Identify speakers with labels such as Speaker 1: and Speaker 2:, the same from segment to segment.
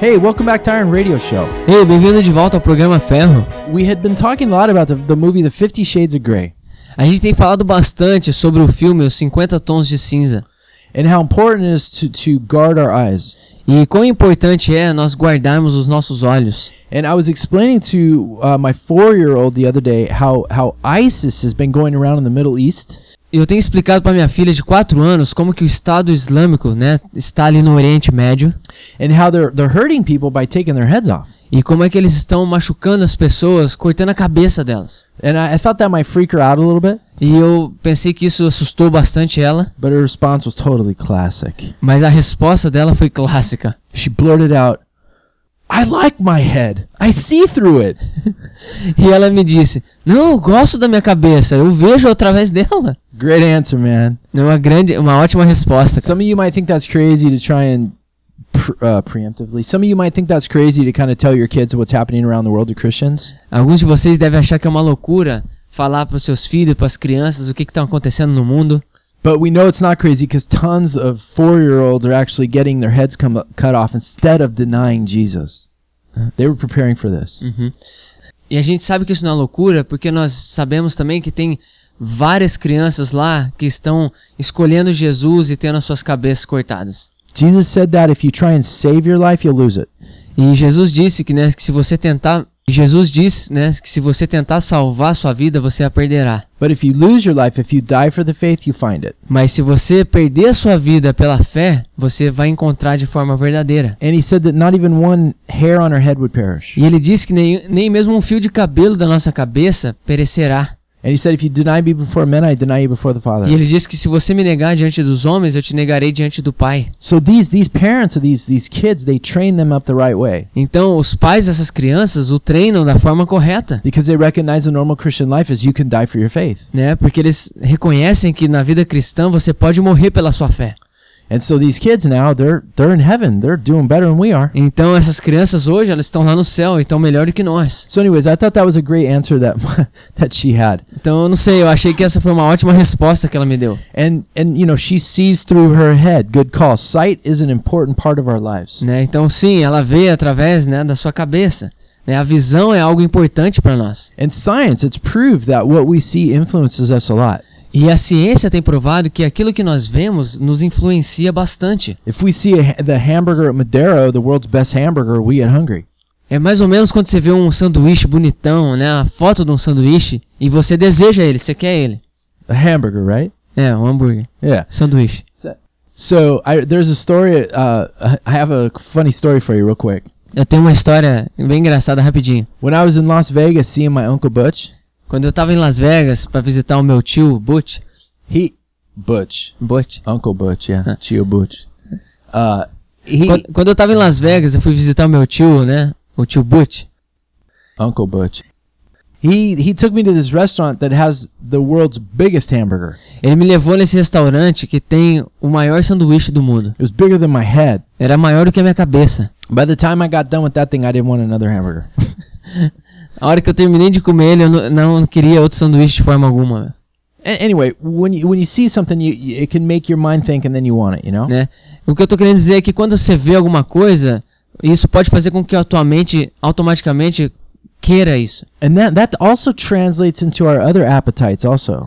Speaker 1: Hey, welcome back to Iron Radio Show.
Speaker 2: Ei, bem-vindo de volta ao programa Ferro.
Speaker 1: We had been talking a lot about the, the movie The Fifty Shades of Grey
Speaker 2: A gente tem falado bastante sobre o filme Os 50 Tons de Cinza
Speaker 1: and how important it is to, to guard our eyes.
Speaker 2: e quão importante é nós guardarmos os nossos olhos.
Speaker 1: And I was explaining to uh, my four year old the other day how, how ISIS has been going around in the Middle East
Speaker 2: Eu tenho explicado para minha filha de 4 anos como que o Estado Islâmico, né, está ali no Oriente Médio
Speaker 1: and how they're, they're hurting people by taking their heads off.
Speaker 2: e como é que eles estão machucando as pessoas, cortando a cabeça delas.
Speaker 1: And I, I thought that might freak her out a little bit,
Speaker 2: E eu pensei que isso assustou bastante ela,
Speaker 1: but her response was totally classic.
Speaker 2: mas a resposta dela foi clássica.
Speaker 1: She blurted out, I like my head. I see through it.
Speaker 2: E ela me disse: "Não, eu gosto da minha cabeça, eu vejo através dela."
Speaker 1: Great answer, man.
Speaker 2: É uma grande, uma ótima resposta.
Speaker 1: Some of you might think that's crazy to try and pr- uh, preemptively. Some of you might think that's crazy to kind of tell your kids what's happening around the world to Christians.
Speaker 2: Alguns de vocês devem achar que é uma loucura falar para os seus filhos, para as crianças, o que está acontecendo no mundo.
Speaker 1: But we know it's not crazy because tons of four year olds are actually getting their heads come cut off instead of denying Jesus. They were preparing for this.
Speaker 2: E a gente sabe que isso não é loucura, porque nós sabemos também que tem várias crianças lá que estão escolhendo Jesus e tendo as suas cabeças cortadas.
Speaker 1: Jesus said that if you try and save your life, you'll lose it.
Speaker 2: E Jesus disse que, né, que se você tentar, Jesus disse, né, que se você tentar salvar a sua vida, você a perderá.
Speaker 1: But if you lose your life, if you die for the faith, you find it.
Speaker 2: Mas se você perder a sua vida pela fé, você vai encontrar de forma verdadeira.
Speaker 1: And he said that not even one hair on her head would perish.
Speaker 2: E ele diz que nem, nem mesmo um fio de cabelo da nossa cabeça perecerá.
Speaker 1: And he said, if you deny me before men, I deny you before the Father.
Speaker 2: E ele diz que se você me negar diante dos homens, eu te negarei diante do Pai.
Speaker 1: So these these parents of these these kids, they train them up the right way
Speaker 2: Então, os pais dessas crianças o treinam da forma correta,
Speaker 1: because they recognize the normal Christian life is you can die for your faith.
Speaker 2: né? Porque eles reconhecem que na vida cristã você pode morrer pela sua fé.
Speaker 1: And so these kids now, they're they're in heaven. They're doing better than we are.
Speaker 2: Então, essas crianças hoje, elas estão lá no céu e estão melhor do que nós.
Speaker 1: So anyways, I thought that was a great answer that that she had.
Speaker 2: Então, eu não sei, eu achei que essa foi uma ótima resposta que ela me deu,
Speaker 1: And and you know, she sees through her head. Good call. Sight is an important part of our lives.
Speaker 2: né? Então, sim, ela vê através, né, da sua cabeça. Né? A visão é algo importante para nós.
Speaker 1: And science, it's proved that what we see influences us a lot.
Speaker 2: E a ciência tem provado que aquilo que nós vemos nos influencia bastante.
Speaker 1: If we see a, the hamburger at Madero, the world's best hamburger, we get hungry.
Speaker 2: É mais ou menos quando você vê um sanduíche bonitão, né? A foto de um sanduíche e você deseja ele, você quer ele.
Speaker 1: A hamburger, right?
Speaker 2: É, um hambúrguer,
Speaker 1: Yeah.
Speaker 2: sanduíche.
Speaker 1: So, so I, there's a story. Uh, I have a funny story for you, real quick.
Speaker 2: Eu tenho uma história bem engraçada rapidinho.
Speaker 1: When I was in Las Vegas seeing my uncle Butch,
Speaker 2: Quando eu tava em Las Vegas para visitar o meu tio Butch,
Speaker 1: he Butch,
Speaker 2: Butch.
Speaker 1: Uncle Butch, yeah, Chio Butch. Uh, he
Speaker 2: Quan- Quando eu tava em Las Vegas, eu fui visitar o meu tio, né? O tio Butch.
Speaker 1: Uncle Butch. He he took me to this restaurant that has the world's biggest hamburger.
Speaker 2: Ele me levou nesse restaurante que tem o maior sanduíche do mundo.
Speaker 1: It was bigger than my head.
Speaker 2: Era maior do que a minha cabeça.
Speaker 1: By the time I got done with that thing, I didn't want another hamburger.
Speaker 2: A hora que eu terminei de comer ele, eu não, não queria outro sanduíche de forma alguma,
Speaker 1: A- anyway, when you when you see something, you, you it can make your mind think, and then you want it. You know.
Speaker 2: né? O que eu tô querendo dizer é que quando você vê alguma coisa, isso pode fazer com que a tua mente automaticamente queira isso.
Speaker 1: And that that also translates into our other appetites also.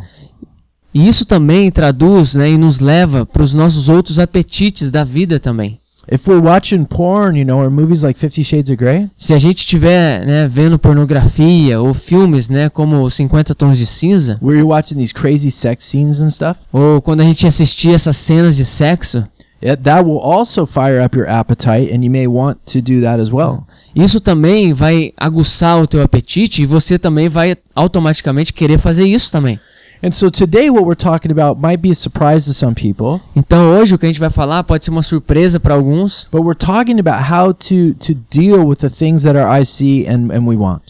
Speaker 2: E isso também traduz, né, e nos leva para os nossos outros apetites da vida também.
Speaker 1: If we're watching porn, you know, or movies like Fifty Shades of Grey,
Speaker 2: Se a gente estiver, né, vendo pornografia ou filmes, né, como 50 Tons de Cinza,
Speaker 1: where you're watching these crazy sex scenes and stuff,
Speaker 2: ou quando a gente assistir essas cenas de sexo,
Speaker 1: it, that will also fire up your appetite, and you may want to do that as well.
Speaker 2: Isso também vai aguçar o teu apetite e você também vai automaticamente querer fazer isso também.
Speaker 1: And so today, what we're talking about might be a surprise to some people,
Speaker 2: Então hoje o que a gente vai falar pode ser uma surpresa para alguns,
Speaker 1: but we're talking about how to to deal with the things that our eyes see and and we want.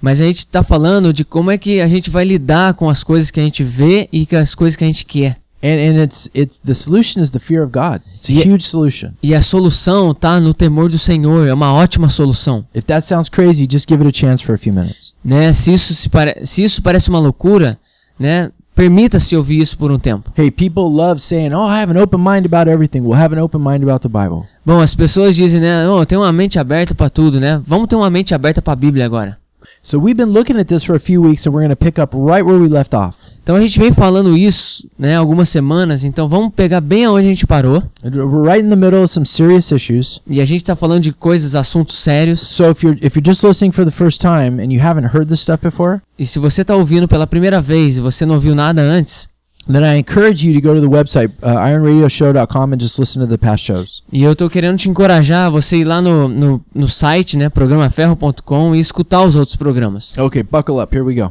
Speaker 2: mas a gente está falando de como é que a gente vai lidar com as coisas que a gente vê e com as coisas que a gente quer.
Speaker 1: And and it's it's the solution is the fear of God. It's a
Speaker 2: Ye-
Speaker 1: huge solution.
Speaker 2: E a solução tá no temor do Senhor, é uma ótima solução.
Speaker 1: If that sounds crazy, just give it a chance for a few minutes.
Speaker 2: Né? Se, isso se pare- se isso parece uma loucura, né? Permita-se ouvir isso por um tempo.
Speaker 1: Hey, people love saying, "Oh, I have an open mind about everything." Well, have an open mind about the Bible.
Speaker 2: Bom, as pessoas dizem, né? Oh, eu tenho uma mente aberta pra tudo, né? Vamos ter uma mente aberta pra Bíblia agora.
Speaker 1: So we've been looking at this for a few weeks, and we're going to pick up right where we left off,
Speaker 2: Então a gente vem falando isso, né? Algumas semanas. Então vamos pegar bem aonde a gente parou.
Speaker 1: And we're right in the middle of some serious issues.
Speaker 2: E a gente tá falando de coisas, assuntos sérios.
Speaker 1: So if you're if you're just listening for the first time and you haven't heard this stuff before,
Speaker 2: E se você tá ouvindo pela primeira vez e você não ouviu nada antes,
Speaker 1: then I encourage you to go to the website uh, ironradioshow.com and just listen to the past shows.
Speaker 2: E eu tô querendo te encorajar a você ir lá no, no, no site, né, programaferro.com e escutar os outros programas.
Speaker 1: Okay, buckle up. Here we go.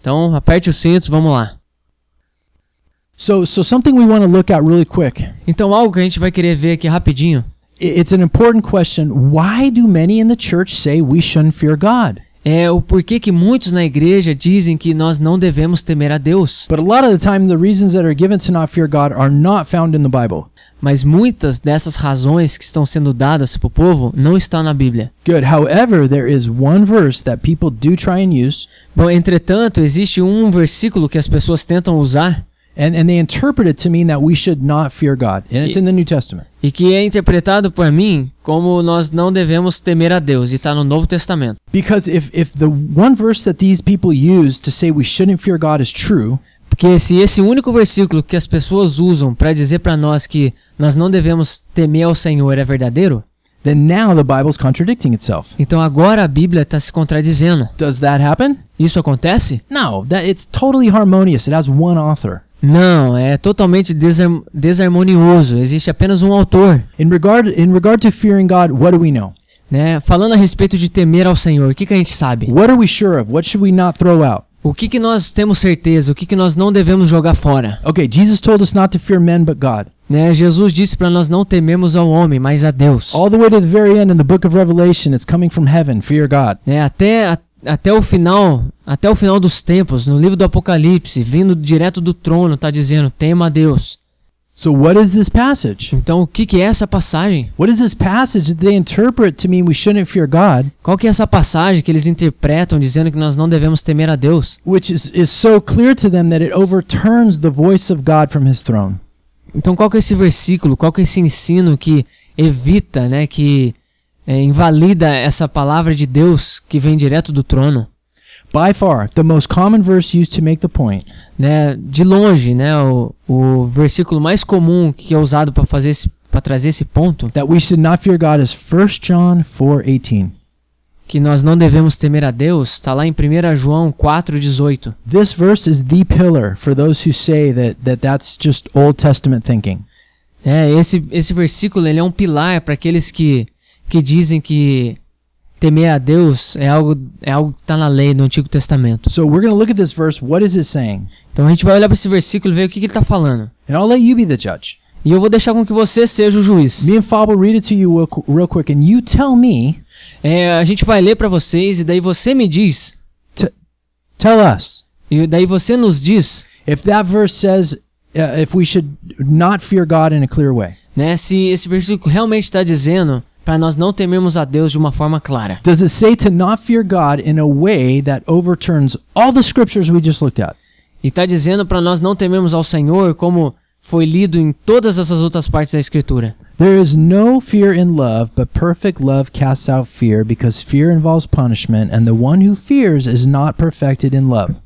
Speaker 2: Então, aperte os cintos, vamos lá.
Speaker 1: So so something we want to look at really quick. I-
Speaker 2: Então, algo que a gente vai querer ver aqui rapidinho
Speaker 1: It's an important question. Why do many in the church say we shouldn't fear God?
Speaker 2: é o porquê que muitos na igreja dizem que nós não devemos temer a Deus.
Speaker 1: But a lot of the time, the reasons that are given to not fear God are not found in the Bible.
Speaker 2: Mas muitas dessas razões que estão sendo dadas pro povo não estão na Bíblia.
Speaker 1: Good. However, there is one verse that people do try and use,
Speaker 2: Bom, entretanto, existe um versículo que as pessoas tentam usar
Speaker 1: and, and they interpret it to mean that we should not fear God. And it's in the New Testament.
Speaker 2: e que é interpretado por mim como nós não devemos temer a Deus e está no Novo Testamento.
Speaker 1: Because if, if the one verse that these people use to say we shouldn't fear God is true,
Speaker 2: Porque se esse único versículo que as pessoas usam para dizer para nós que nós não devemos temer ao Senhor é verdadeiro,
Speaker 1: then now the Bible's contradicting itself.
Speaker 2: então agora a Bíblia está se contradizendo.
Speaker 1: Does that happen?
Speaker 2: Isso acontece?
Speaker 1: No, that it's totally harmonious. It has one author.
Speaker 2: Não, é totalmente desar- desarmonioso. Existe apenas um autor.
Speaker 1: In regard in regard to fearing God, what do we know?
Speaker 2: Né? Falando a respeito de temer ao Senhor, o que, que a gente sabe?
Speaker 1: What are we sure of? What should we not throw out?
Speaker 2: O que, que nós temos certeza? O que, que nós não devemos jogar fora?
Speaker 1: Okay, Jesus told us not to fear men but God.
Speaker 2: Né? Jesus disse para nós não temermos ao homem, mas a Deus.
Speaker 1: All the way to the very end in the book of Revelation, it's coming from heaven, fear God.
Speaker 2: né, até, a- até o final, até o final dos tempos, no livro do Apocalipse, vindo direto do trono, está dizendo: tema a Deus.
Speaker 1: So what is this passage?
Speaker 2: Então, o que, que é essa passagem?
Speaker 1: What is this passage that they interpret to mean we shouldn't fear God,
Speaker 2: Qual que é essa passagem que eles interpretam dizendo que nós não devemos temer a Deus?
Speaker 1: which is, is so clear to them that it overturns the voice of God from his throne?
Speaker 2: Então, qual que é esse versículo? Qual que é esse ensino que evita, né, que é, invalida essa palavra de Deus que vem direto do trono?
Speaker 1: By far, the most common verse used to make the point
Speaker 2: Né, de longe, né, o, o versículo mais comum que é usado para fazer esse, para trazer esse ponto
Speaker 1: that we should not fear God is 1 John 4:18.
Speaker 2: que nós não devemos temer a Deus, está lá em 1 João 4,18.
Speaker 1: This verse is the pillar for those who say that, that that's just Old Testament thinking.
Speaker 2: É, esse, esse versículo ele é um pilar para aqueles que, que dizem que temer a Deus é algo, é algo que está na lei do Antigo Testamento.
Speaker 1: So we're going to look at this verse. What is it saying?
Speaker 2: Então a gente vai olhar para esse versículo e ver o que, que ele está falando.
Speaker 1: And I'll let you be the judge.
Speaker 2: E eu vou deixar com que você seja o juiz.
Speaker 1: Me and Fab will read it to you real, qu- real quick, and you tell me,
Speaker 2: É, a gente vai ler para vocês e daí você me diz,
Speaker 1: tell us,
Speaker 2: e daí você nos diz,
Speaker 1: if that verse says uh, if we should not fear God in a clear way.
Speaker 2: né, se esse versículo realmente está dizendo para nós não temermos a Deus de uma forma clara.
Speaker 1: Does it say to not fear God in a way that overturns all the scriptures we just looked at?
Speaker 2: E está dizendo para nós não tememos ao Senhor, como foi lido em todas essas outras partes da Escritura.
Speaker 1: There is no fear in love, but perfect love casts out fear, because fear involves punishment, and the one who fears is not perfected in love.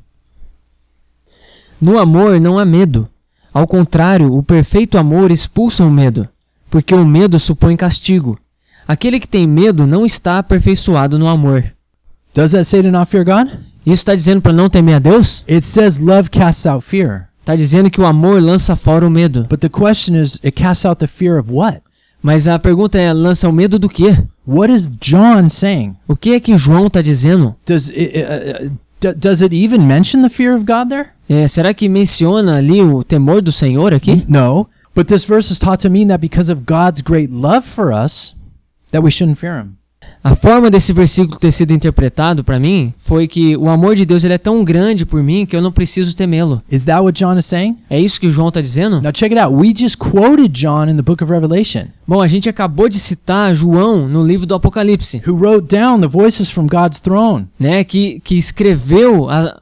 Speaker 2: No amor não há medo. Ao contrário, o perfeito amor expulsa o medo, porque o medo supõe castigo. Aquele que tem medo não está aperfeiçoado no amor.
Speaker 1: Does that say to not fear God?
Speaker 2: Isso está dizendo para não temer a Deus?
Speaker 1: It says love casts out fear.
Speaker 2: Está dizendo que o amor lança fora o medo.
Speaker 1: But the question is, it casts out the fear of what?
Speaker 2: Mas a pergunta é: lança o medo do quê?
Speaker 1: What is John saying?
Speaker 2: O que é que João está dizendo?
Speaker 1: Does it, uh, uh, d- does it even mention the fear of God there?
Speaker 2: É, será que menciona ali o temor do Senhor aqui?
Speaker 1: No. But this verse is taught to mean that because of God's great love for us, that we shouldn't fear Him.
Speaker 2: A forma desse versículo ter sido interpretado para mim foi que o amor de Deus ele é tão grande por mim que eu não preciso temê-lo.
Speaker 1: Is that what John is saying?
Speaker 2: É isso que o João tá dizendo?
Speaker 1: Now check it out. We just quoted John in the book of Revelation,
Speaker 2: Bom, a gente acabou de citar João no livro do Apocalipse,
Speaker 1: who wrote down the voices from God's throne.
Speaker 2: né, que que escreveu a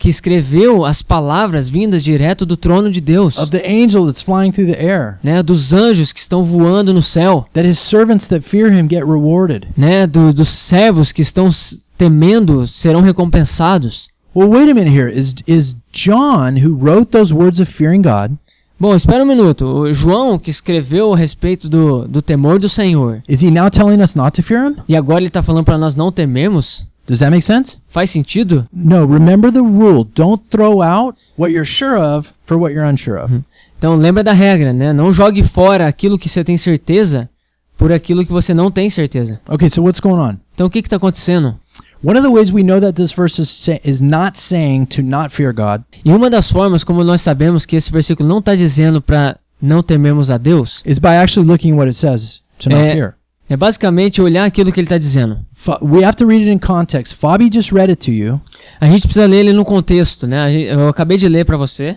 Speaker 2: que escreveu as palavras vindas direto do trono de Deus,
Speaker 1: of the angel that's flying through the air,
Speaker 2: né, dos anjos que estão voando no céu,
Speaker 1: that his servants that fear him get rewarded.
Speaker 2: né, do- dos servos que estão s- temendo serão recompensados.
Speaker 1: Well, wait a minute here. Is is John who wrote those words of fearing God?
Speaker 2: Bom, espera um minuto. O João que escreveu a respeito do, do temor do Senhor
Speaker 1: Is he now telling us not to fear him?
Speaker 2: e agora ele está falando para nós não temermos?
Speaker 1: Does that make sense?
Speaker 2: Faz sentido?
Speaker 1: No, remember the rule. Don't throw out what you're sure of for what you're unsure of.
Speaker 2: Então lembra da regra, né? Não jogue fora aquilo que você tem certeza por aquilo que você não tem certeza.
Speaker 1: Okay, so what's going on?
Speaker 2: Então o que está acontecendo?
Speaker 1: One of the ways we know that this verse is, sa- is not saying to not fear God
Speaker 2: E uma das formas como nós sabemos que esse versículo não está dizendo para não temermos a Deus
Speaker 1: is by actually looking what it says to not
Speaker 2: Eh,
Speaker 1: fear.
Speaker 2: é basicamente olhar aquilo que ele está dizendo.
Speaker 1: Fa- we have to read it in context. Fabi just read it to you,
Speaker 2: A gente precisa ler ele no contexto, né? A gen- Eu acabei de ler para você,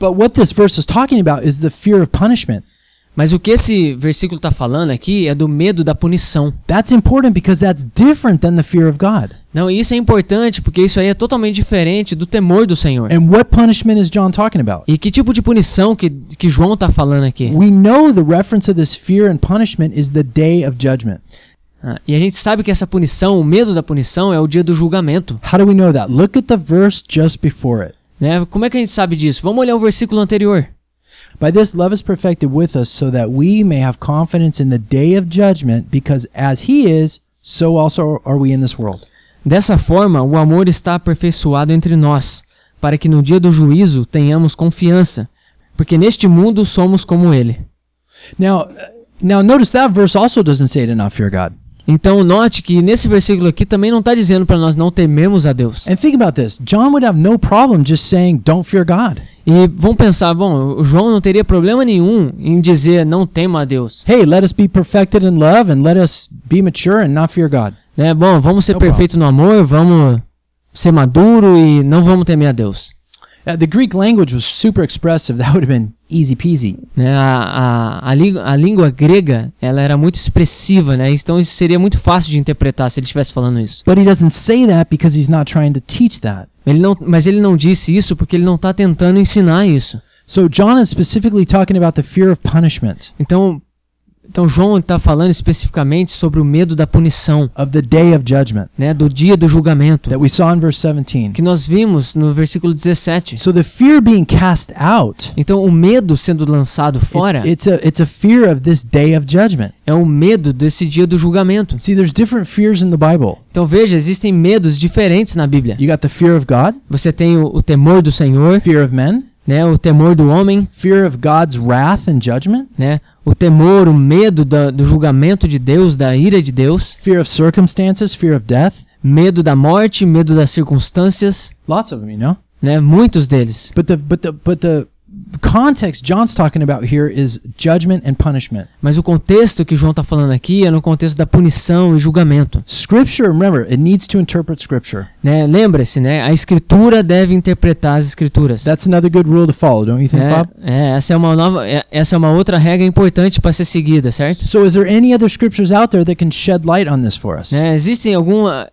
Speaker 1: but what this verse is talking about is the fear of punishment.
Speaker 2: mas o que esse versículo está falando aqui é do medo da punição.
Speaker 1: That's important because that's different than the fear of God.
Speaker 2: Não, e isso é importante porque isso aí é totalmente diferente do temor do Senhor.
Speaker 1: And what punishment is John talking about?
Speaker 2: E que tipo de punição que, que João está falando aqui?
Speaker 1: We know the reference of this fear and punishment is the day of judgment.
Speaker 2: Ah, e a gente sabe que essa punição, o medo da punição, é o dia do julgamento.
Speaker 1: How do we know that? Look at the verse just before it.
Speaker 2: Né? Como é que a gente sabe disso? Vamos olhar o versículo anterior.
Speaker 1: By this love is perfected with us so that we may have confidence in the day of judgment because as he is, so also are we in this world.
Speaker 2: Dessa forma, o amor está aperfeiçoado entre nós, para que no dia do juízo tenhamos confiança, porque neste mundo somos como ele.
Speaker 1: Now, now notice that verse also doesn't say to not fear God.
Speaker 2: Então, note que nesse versículo aqui também não está dizendo para nós não temermos a Deus.
Speaker 1: And think about this. John would have no problem just saying, don't fear God.
Speaker 2: E vão pensar, bom, o João não teria problema nenhum em dizer não tema a Deus.
Speaker 1: Hey, let us be perfected in love and let us be mature and not fear God.
Speaker 2: Né? Bom, vamos ser
Speaker 1: Não, Paulo.
Speaker 2: perfeitos no amor, vamos ser maduro e não vamos temer a Deus.
Speaker 1: Uh, the Greek language was super expressive. That would have been easy peasy.
Speaker 2: né, a, a, a, lí- a língua grega ela era muito expressiva, né? Então isso seria muito fácil de interpretar se ele estivesse falando isso.
Speaker 1: But he doesn't say that because he's not trying to teach that.
Speaker 2: Ele não, mas ele não disse isso porque ele não está tentando ensinar isso.
Speaker 1: So John is specifically talking about the fear of punishment,
Speaker 2: Então, então João está falando especificamente sobre o medo da punição,
Speaker 1: of the day of judgment
Speaker 2: né? Do dia do julgamento
Speaker 1: that we saw in verse 17.
Speaker 2: que nós vimos no versículo 17.
Speaker 1: So the fear being cast out,
Speaker 2: Então o medo sendo lançado fora
Speaker 1: it- it's a it's a fear of this day of judgment.
Speaker 2: é o medo desse dia do julgamento.
Speaker 1: See, there's different fears in the Bible.
Speaker 2: Então veja, existem medos diferentes na Bíblia.
Speaker 1: You got the fear of God,
Speaker 2: Você tem o, o temor do Senhor,
Speaker 1: fear of men,
Speaker 2: né? O temor do homem,
Speaker 1: fear of God's wrath and judgment,
Speaker 2: né? O temor, o medo da- do julgamento de Deus, da ira de Deus,
Speaker 1: fear of circumstances, fear of death.
Speaker 2: medo da morte, medo das circunstâncias,
Speaker 1: Lots of them, you know.
Speaker 2: né? Muitos deles.
Speaker 1: But the but the but the context John's talking about here is judgment and punishment.
Speaker 2: Mas o contexto que João está falando aqui é no contexto da punição e julgamento,
Speaker 1: Scripture, remember, it needs to interpret scripture.
Speaker 2: né? Lembra-se, né? A escritura deve interpretar as escrituras.
Speaker 1: That's another good rule to follow, don't you think,
Speaker 2: É,
Speaker 1: Bob?
Speaker 2: é, essa é uma nova, é, essa é uma outra regra importante para ser seguida, certo?
Speaker 1: So is there any other scriptures out there that can shed light on this for us?
Speaker 2: Né? Existem alguma,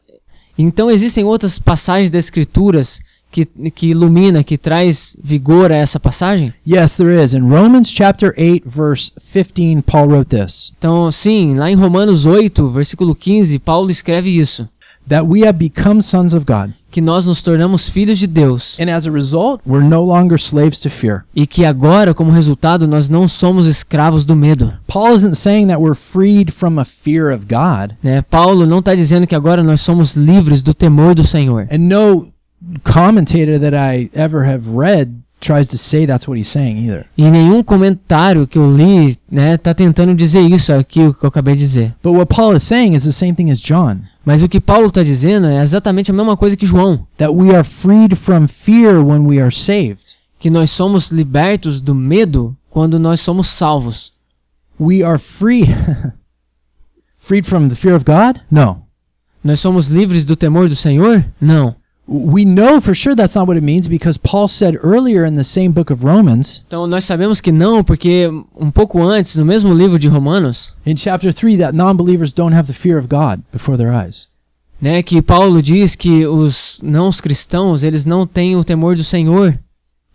Speaker 2: então existem outras passagens das escrituras que que ilumina, que traz vigor a essa passagem?
Speaker 1: Yes, there is. In Romans chapter 8 verse 15, Paul wrote this,
Speaker 2: Então, sim, lá em Romanos 8, versículo 15, Paulo escreve isso:
Speaker 1: that we have become sons of God,
Speaker 2: que nós nos tornamos filhos de Deus
Speaker 1: and as a result, we're no longer slaves to fear.
Speaker 2: e que agora, como resultado, nós não somos escravos do medo.
Speaker 1: Paul isn't saying that we're freed from a fear of God,
Speaker 2: Né? Paulo não está dizendo que agora nós somos livres do temor do Senhor.
Speaker 1: and no commentator that I ever have read tries to say that's what he's saying either.
Speaker 2: E nenhum comentário que eu li né, tá tentando dizer isso aqui o que eu acabei de dizer.
Speaker 1: But what Paul is saying is the same thing as John
Speaker 2: Mas o que Paulo está dizendo é exatamente a mesma coisa que João,
Speaker 1: that we are freed from fear when we are saved.
Speaker 2: que nós somos libertos do medo quando nós somos salvos.
Speaker 1: We are free. freed from the fear of God? No.
Speaker 2: Nós somos livres do temor do Senhor? Não.
Speaker 1: We know for sure that's not what it means because Paul said earlier in the same book of Romans,
Speaker 2: Então nós sabemos que não, porque um pouco antes, no mesmo livro de Romanos,
Speaker 1: in chapter 3, that non believers don't have the fear of God before their eyes.
Speaker 2: né, que Paulo diz que os não os cristãos, eles não têm o temor do Senhor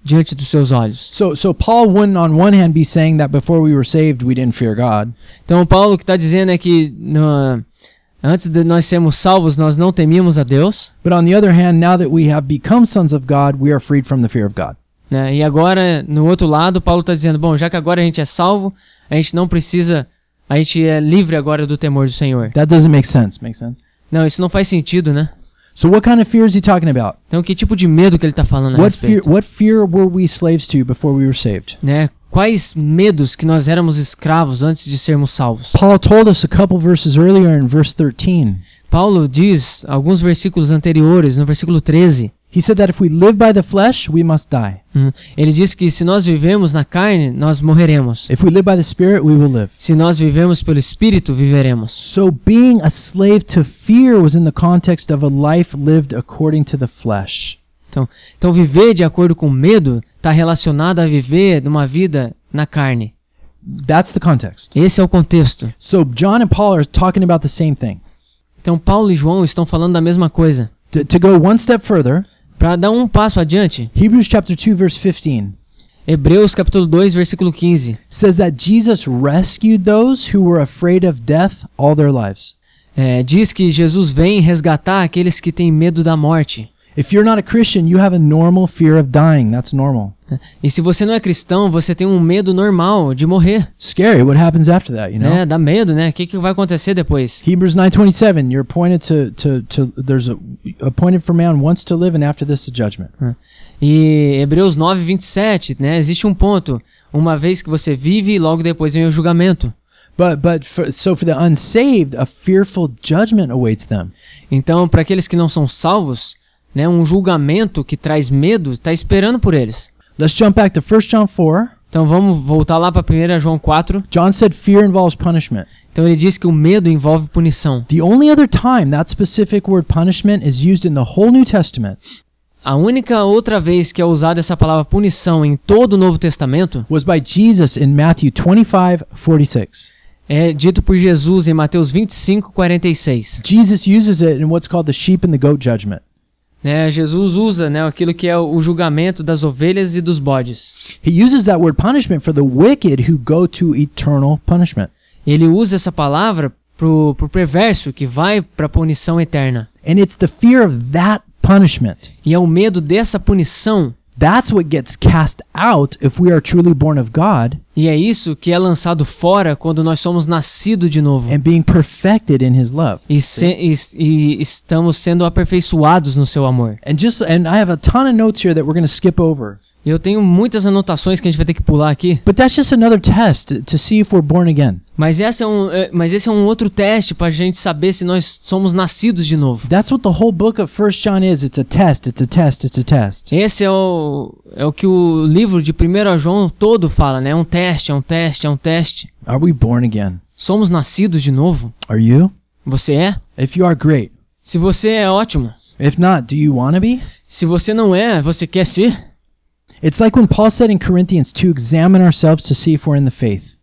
Speaker 2: diante dos seus olhos.
Speaker 1: So, so Paul wouldn't, on one hand, be saying that before we were saved, we didn't fear God.
Speaker 2: Então Paulo o que está dizendo é que na- antes de nós sermos salvos, nós não temíamos a Deus,
Speaker 1: But on the other hand, now that we have become sons of God, we are freed from the fear of God.
Speaker 2: né? E agora, no outro lado, Paulo está dizendo, bom, já que agora a gente é salvo, a gente não precisa, a gente é livre agora do temor do Senhor.
Speaker 1: That doesn't make sense. Make sense?
Speaker 2: Não, isso não faz sentido, né?
Speaker 1: So, what kind of fear is he talking about?
Speaker 2: Então, que tipo de medo que ele está falando a
Speaker 1: What fear?
Speaker 2: respeito?
Speaker 1: What fear were we slaves to before we were saved?
Speaker 2: Né? Quais medos que nós éramos escravos antes de sermos salvos?
Speaker 1: Paul told us a couple verses earlier in verse 13.
Speaker 2: Paulo diz, alguns versículos anteriores, no versículo 13,
Speaker 1: He said that if we live by the flesh, we must die.
Speaker 2: hum, ele diz que se nós vivemos na carne, nós morreremos.
Speaker 1: If we live by the Spirit, we will live.
Speaker 2: Se nós vivemos pelo Espírito, viveremos.
Speaker 1: So, being a slave to fear was in the context of a life lived according to the flesh.
Speaker 2: Então, então viver de acordo com o medo está relacionado a viver numa vida na carne.
Speaker 1: That's the context.
Speaker 2: Esse é o contexto.
Speaker 1: So, John and Paul are talking about the same thing.
Speaker 2: Então Paulo e João estão falando da mesma coisa.
Speaker 1: To, to go one step further,
Speaker 2: Para dar um passo adiante,
Speaker 1: Hebrews chapter 2 verse 15
Speaker 2: Hebreus capítulo 2, versículo 15.
Speaker 1: says that Jesus rescued those who were afraid of death all their lives.
Speaker 2: É, diz que Jesus vem resgatar aqueles que têm medo da morte.
Speaker 1: If you're not a Christian, you have a normal fear of dying. That's normal.
Speaker 2: E se você não é cristão, você tem um medo normal de morrer.
Speaker 1: Scary what happens after that, you know?
Speaker 2: Né? Dá medo, né? O que, que vai acontecer depois?
Speaker 1: Hebrews 9:27 you're appointed to to to there's a appointed for man once to live and after this the judgment.
Speaker 2: Né? E Hebreus 9, 27, né? Existe um ponto. Uma vez que você vive, logo depois vem o julgamento.
Speaker 1: But but for, so for the unsaved a fearful judgment awaits them.
Speaker 2: Então, para aqueles que não são salvos, né, um julgamento que traz medo está esperando por eles.
Speaker 1: Let's jump back to 1 John 4.
Speaker 2: Então, vamos voltar lá para 1 João 4.
Speaker 1: John said fear involves punishment.
Speaker 2: Então, ele diz que o medo envolve punição.
Speaker 1: The only other time that specific word punishment is used in the whole New Testament
Speaker 2: A única outra vez que é usada essa palavra punição em todo o Novo Testamento
Speaker 1: was by Jesus in Matthew 25 46.
Speaker 2: é dito por Jesus em Mateus 25, 46.
Speaker 1: Jesus uses it in what's called the sheep and the goat judgment.
Speaker 2: Né, Jesus usa né, aquilo que é o julgamento das ovelhas e dos bodes.
Speaker 1: He uses that word punishment for the wicked who go to eternal punishment.
Speaker 2: Ele usa essa palavra pro, pro perverso que vai para punição eterna.
Speaker 1: And it's the fear of that punishment.
Speaker 2: E é o medo dessa punição
Speaker 1: That's what gets cast out if we are truly born of God
Speaker 2: e é isso que é lançado fora quando nós somos nascidos de novo
Speaker 1: and being perfected in his love.
Speaker 2: e, se- e- e estamos sendo aperfeiçoados no seu amor.
Speaker 1: And just and I have a ton of notes here that we're going to skip over.
Speaker 2: E Eu tenho muitas anotações que a gente vai ter que pular aqui,
Speaker 1: But that's just another test to- to see if we're born again.
Speaker 2: mas, essa é um, é- mas esse é um outro teste para a gente saber se nós somos nascidos de novo.
Speaker 1: That's what the whole book of First John is. It's a test. It's a test. It's a test.
Speaker 2: Esse é o, é o que o livro de 1 João todo fala, né? É um teste, é um teste, é um teste.
Speaker 1: Are we born again?
Speaker 2: Somos nascidos de novo?
Speaker 1: Are you?
Speaker 2: Você é?
Speaker 1: If you are, great.
Speaker 2: Se você é, ótimo.
Speaker 1: If not, do you want to be?
Speaker 2: Se você não é, você quer ser?
Speaker 1: It's like when Paul said in Corinthians to examine ourselves to see if we're in the faith.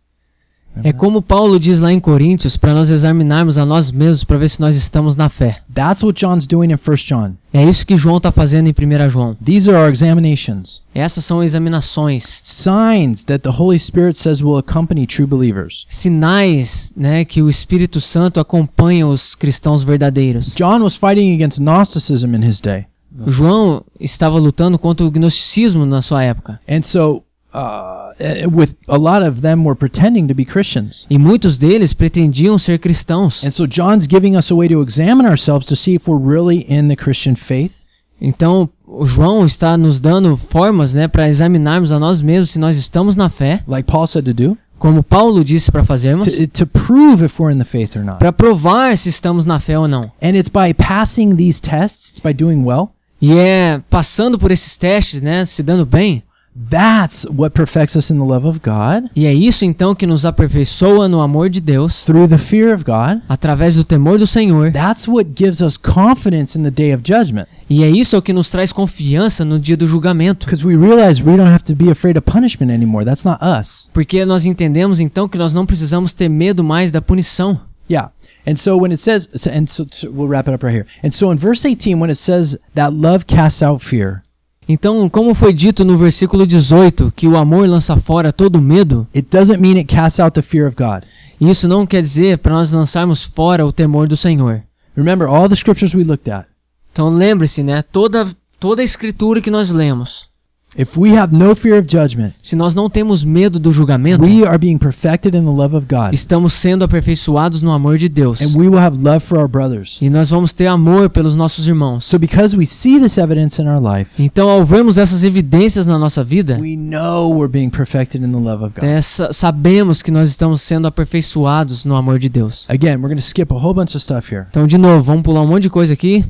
Speaker 2: É como Paulo diz lá em Coríntios, para nós examinarmos a nós mesmos para ver se nós estamos na fé.
Speaker 1: That's what John's doing in First John.
Speaker 2: É isso que João está fazendo em 1 João.
Speaker 1: These are our examinations,
Speaker 2: Essas são examinações,
Speaker 1: signs that the Holy Spirit says will accompany true believers.
Speaker 2: sinais, né, que o Espírito Santo acompanha os cristãos verdadeiros.
Speaker 1: John was fighting against Gnosticism in his day.
Speaker 2: João estava lutando contra o gnosticismo na sua época.
Speaker 1: And so, uh, eh, with a lot of them were pretending to be Christians.
Speaker 2: E muitos deles pretendiam ser cristãos.
Speaker 1: And so John's giving us a way to examine ourselves to see if we're really in the Christian faith.
Speaker 2: Então, o João está nos dando formas, né, para examinarmos a nós mesmos se nós estamos na fé,
Speaker 1: like Paul said to do,
Speaker 2: como Paulo disse para fazermos,
Speaker 1: to, to prove if we're in the faith or not.
Speaker 2: para provar se estamos na fé ou não.
Speaker 1: And it's by passing these tests, it's by doing well.
Speaker 2: E é passando por esses testes, né, se dando bem.
Speaker 1: That's what perfects us in the love of God
Speaker 2: E é isso então que nos aperfeiçoa no amor de Deus,
Speaker 1: through the fear of God.
Speaker 2: através do temor do Senhor.
Speaker 1: That's what gives us confidence in the day of judgment
Speaker 2: E é isso que nos traz confiança no dia do julgamento,
Speaker 1: because we realize we don't have to be afraid of punishment anymore. That's not us.
Speaker 2: porque nós entendemos então que nós não precisamos ter medo mais da punição.
Speaker 1: Yeah. And so when it says, so- and so, so we'll wrap it up right here. And so in verse 18, when it says that love casts out fear,
Speaker 2: Então, como foi dito no versículo 18, que o amor lança fora todo medo,
Speaker 1: it doesn't mean it casts out the fear of God.
Speaker 2: isso não quer dizer para nós lançarmos fora o temor do Senhor.
Speaker 1: Remember all the scriptures we looked at.
Speaker 2: Então, lembre-se, né? Toda, toda a escritura que nós lemos,
Speaker 1: If we have no fear of judgment,
Speaker 2: se nós não temos medo do julgamento,
Speaker 1: we are being perfected in the love of God,
Speaker 2: estamos sendo aperfeiçoados no amor de Deus.
Speaker 1: and we will have love for our brothers.
Speaker 2: E nós vamos ter amor pelos nossos irmãos.
Speaker 1: So because we see this evidence in our life,
Speaker 2: Então, ao vermos essas evidências na nossa vida,
Speaker 1: we know we're being perfected in the love of God.
Speaker 2: né, sa- sabemos que nós estamos sendo aperfeiçoados no amor de Deus.
Speaker 1: Again, we're going to skip a whole bunch of stuff here.
Speaker 2: Então, de novo, vamos pular um monte de coisa aqui.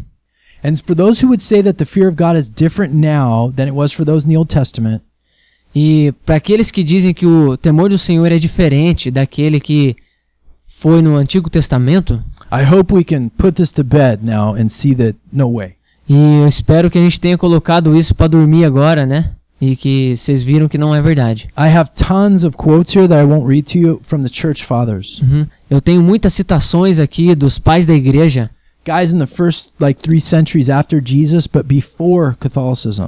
Speaker 1: And for those who would say that the fear of God is different now than it was for those in the Old Testament,
Speaker 2: E para aqueles que dizem que o temor do Senhor é diferente daquele que foi no Antigo Testamento,
Speaker 1: I hope we can put this to bed now and see that no way.
Speaker 2: e eu espero que a gente tenha colocado isso para dormir agora, né? E que vocês viram que não é verdade.
Speaker 1: I have tons of quotes here that I won't read to you from the church fathers.
Speaker 2: Uhum. Eu tenho muitas citações aqui dos pais da igreja,
Speaker 1: Guys in the first like 3 centuries after Jesus but before Catholicism.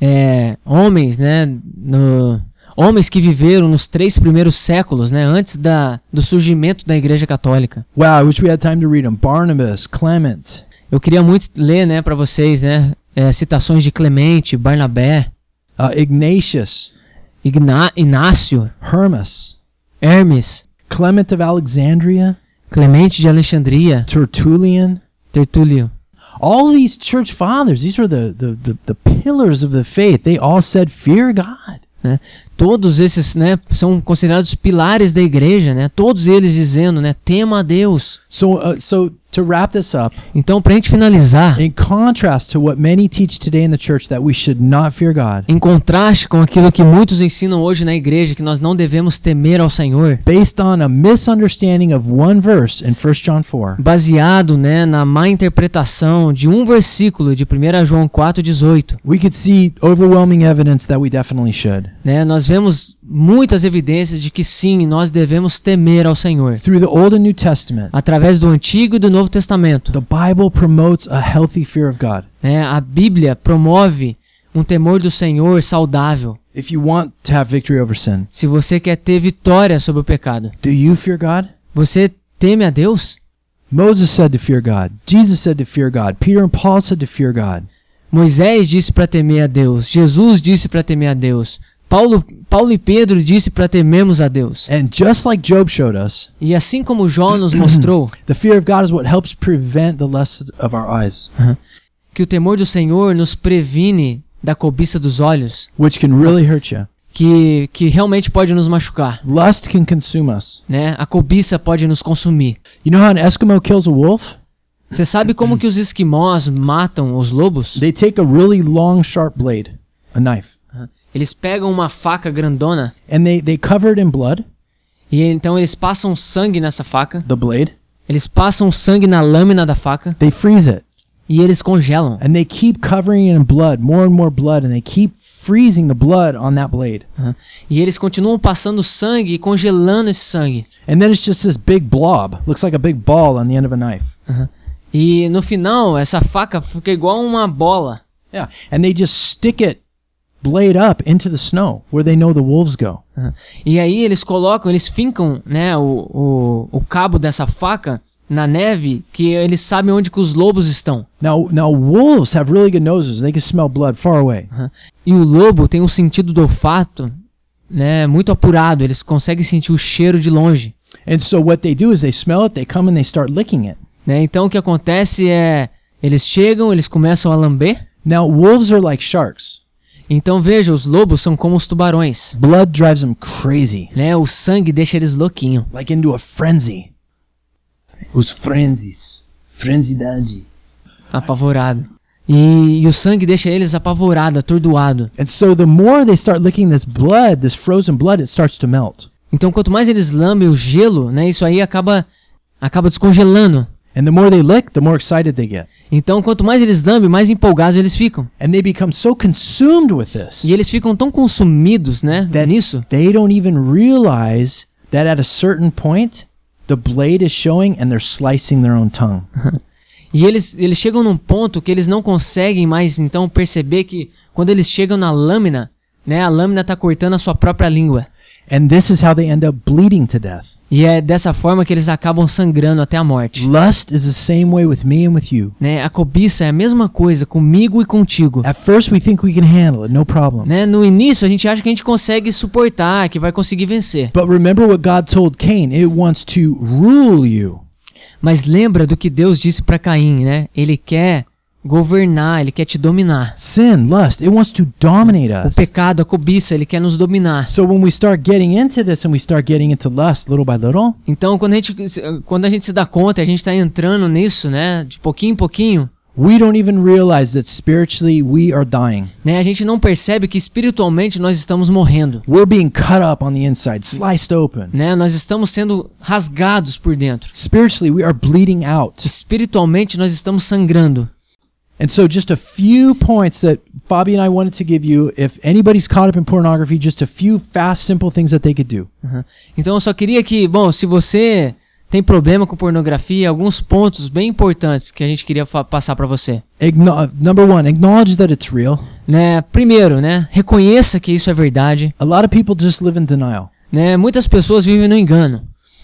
Speaker 2: é, homens, né? no- homens que viveram nos três primeiros séculos, né? Antes da, do surgimento da igreja católica.
Speaker 1: Wow, I wish we had time to read them. Barnabas, Clement,
Speaker 2: Eu queria muito ler, né, para vocês, né? é, citações de Clemente, Barnabé,
Speaker 1: uh, Ignatius,
Speaker 2: Igna Inácio,
Speaker 1: Hermas,
Speaker 2: Hermes,
Speaker 1: Clement of Alexandria,
Speaker 2: Clemente de Alexandria,
Speaker 1: Tertullian,
Speaker 2: Tertúlio.
Speaker 1: all these church fathers, these were the, the, the, the pillars of the faith. They all said, Fear God.
Speaker 2: Né? Todos esses né, são considerados pilares da igreja, né? todos eles dizendo, né, tema a Deus.
Speaker 1: So, uh, so to wrap this up,
Speaker 2: Então, para a gente finalizar,
Speaker 1: in contrast to what many teach today in the church that we should not fear God,
Speaker 2: em contraste com aquilo que muitos ensinam hoje na igreja, que nós não devemos temer ao Senhor,
Speaker 1: based on a misunderstanding of one verse in 1 John 4,
Speaker 2: baseado né, na má interpretação de um versículo de 1 João 4,18,
Speaker 1: we could see overwhelming evidence that we definitely should.
Speaker 2: né, nós vemos muitas evidências de que sim, nós devemos temer ao Senhor.
Speaker 1: Through the Old and New Testament,
Speaker 2: Através do Antigo e do Novo Testamento,
Speaker 1: the Bible promotes a healthy fear of God.
Speaker 2: Né? A Bíblia promove um temor do Senhor saudável.
Speaker 1: If you want to have victory over sin,
Speaker 2: Se você quer ter vitória sobre o pecado,
Speaker 1: do you fear God?
Speaker 2: você teme a Deus?
Speaker 1: Moses said to fear God. Jesus said to fear God. Peter and Paul said to fear God.
Speaker 2: Moisés disse para temer a Deus. Jesus disse para temer a Deus. Paulo, Paulo e Pedro disse para temermos a Deus.
Speaker 1: And just like Job showed us,
Speaker 2: E assim como Jó nos mostrou
Speaker 1: the fear of God is what helps prevent the lust of our eyes,
Speaker 2: que o temor do Senhor nos previne da cobiça dos olhos,
Speaker 1: which can really hurt you.
Speaker 2: que, que realmente pode nos machucar.
Speaker 1: Lust can consume us.
Speaker 2: Né? A cobiça pode nos consumir.
Speaker 1: You know how an Eskimo kills a wolf?
Speaker 2: Você sabe como que os esquimós matam os lobos?
Speaker 1: They take a really long, sharp blade, a knife,
Speaker 2: Eles pegam uma faca grandona
Speaker 1: and they, they cover it in blood,
Speaker 2: e então eles passam sangue nessa faca,
Speaker 1: the blade.
Speaker 2: eles passam sangue na lâmina da faca
Speaker 1: They freeze it,
Speaker 2: e eles congelam.
Speaker 1: and they keep covering it in blood, more and more blood, and they keep freezing the blood on that blade.
Speaker 2: né? E eles continuam passando sangue e congelando esse sangue.
Speaker 1: And then it's just this big blob. Looks like a big ball on the end of a knife.
Speaker 2: E no final, essa faca fica igual uma bola.
Speaker 1: Yeah. And they just stick it blade up into the snow where they know the wolves go.
Speaker 2: né? E aí eles colocam, eles fincam né, o, o, o cabo dessa faca na neve que eles sabem onde que os lobos estão.
Speaker 1: Now, now wolves have really good noses. They can smell blood far away.
Speaker 2: né? E o lobo tem um sentido do olfato né, muito apurado, eles conseguem sentir o cheiro de longe.
Speaker 1: And so what they do is they smell it, they come and they start licking it.
Speaker 2: Né? Então o que acontece é. Eles chegam, eles começam a lamber.
Speaker 1: Now, wolves are like sharks.
Speaker 2: Então veja, os lobos são como os tubarões.
Speaker 1: Blood drives them crazy,
Speaker 2: Né? O sangue deixa eles louquinho.
Speaker 1: like into a frenzy. Os frenzies. Frenzidade.
Speaker 2: Apavorado. E, e o sangue deixa eles apavorado, atordoado.
Speaker 1: And so the more they start licking this blood, this frozen blood, it starts to melt.
Speaker 2: Então quanto mais eles lambem o gelo, né? Isso aí acaba, acaba descongelando.
Speaker 1: And the more they lick, the more excited they get.
Speaker 2: Então quanto mais eles lambem, mais empolgados eles ficam.
Speaker 1: And they become so consumed with this
Speaker 2: E eles ficam tão consumidos, né?
Speaker 1: that
Speaker 2: Nisso.
Speaker 1: they don't even realize that at a certain point, The blade is showing and they're slicing their own tongue.
Speaker 2: E eles, eles chegam num ponto que eles não conseguem mais então perceber que quando eles chegam na lâmina, né, a lâmina está cortando a sua própria língua.
Speaker 1: And this is how they end up bleeding to death.
Speaker 2: E é dessa forma que eles acabam sangrando até a morte.
Speaker 1: Lust is the same way with me and with you.
Speaker 2: Né? A cobiça é a mesma coisa comigo e contigo.
Speaker 1: At first, we think we can handle it, no problem.
Speaker 2: Né? No início a gente acha que a gente consegue suportar, que vai conseguir vencer.
Speaker 1: But remember what God told Cain it wants to rule you.
Speaker 2: Mas lembra do que Deus disse para Caim, né? Ele quer governar, ele quer te dominar.
Speaker 1: Sin, lust, it wants to dominate
Speaker 2: O
Speaker 1: us.
Speaker 2: pecado, a cobiça, ele quer nos dominar.
Speaker 1: So when we start getting into this and we start getting into lust little by little,
Speaker 2: Então, quando a gente, se- quando a gente se dá conta, a gente está entrando nisso, né? De pouquinho em pouquinho,
Speaker 1: we don't even realize that spiritually we are dying.
Speaker 2: né? A gente não percebe que espiritualmente nós estamos morrendo,
Speaker 1: We're being cut up on the inside, sliced open.
Speaker 2: né? Nós estamos sendo rasgados por dentro.
Speaker 1: Spiritually, we are bleeding out.
Speaker 2: Espiritualmente nós estamos sangrando.
Speaker 1: And so, just a few points that Fabi and I wanted to give you. If anybody's caught up in pornography, just a few fast, simple things that they could do.
Speaker 2: Uhum. Então eu só queria que, bom, se você tem problema com pornografia, alguns pontos bem importantes que a gente queria fa- passar para você.
Speaker 1: Igno- uh, number one, acknowledge that it's real.
Speaker 2: Né? Primeiro, né? Reconheça que isso é verdade.
Speaker 1: A lot of people just live in denial.
Speaker 2: Né? Muitas pessoas vivem no engano.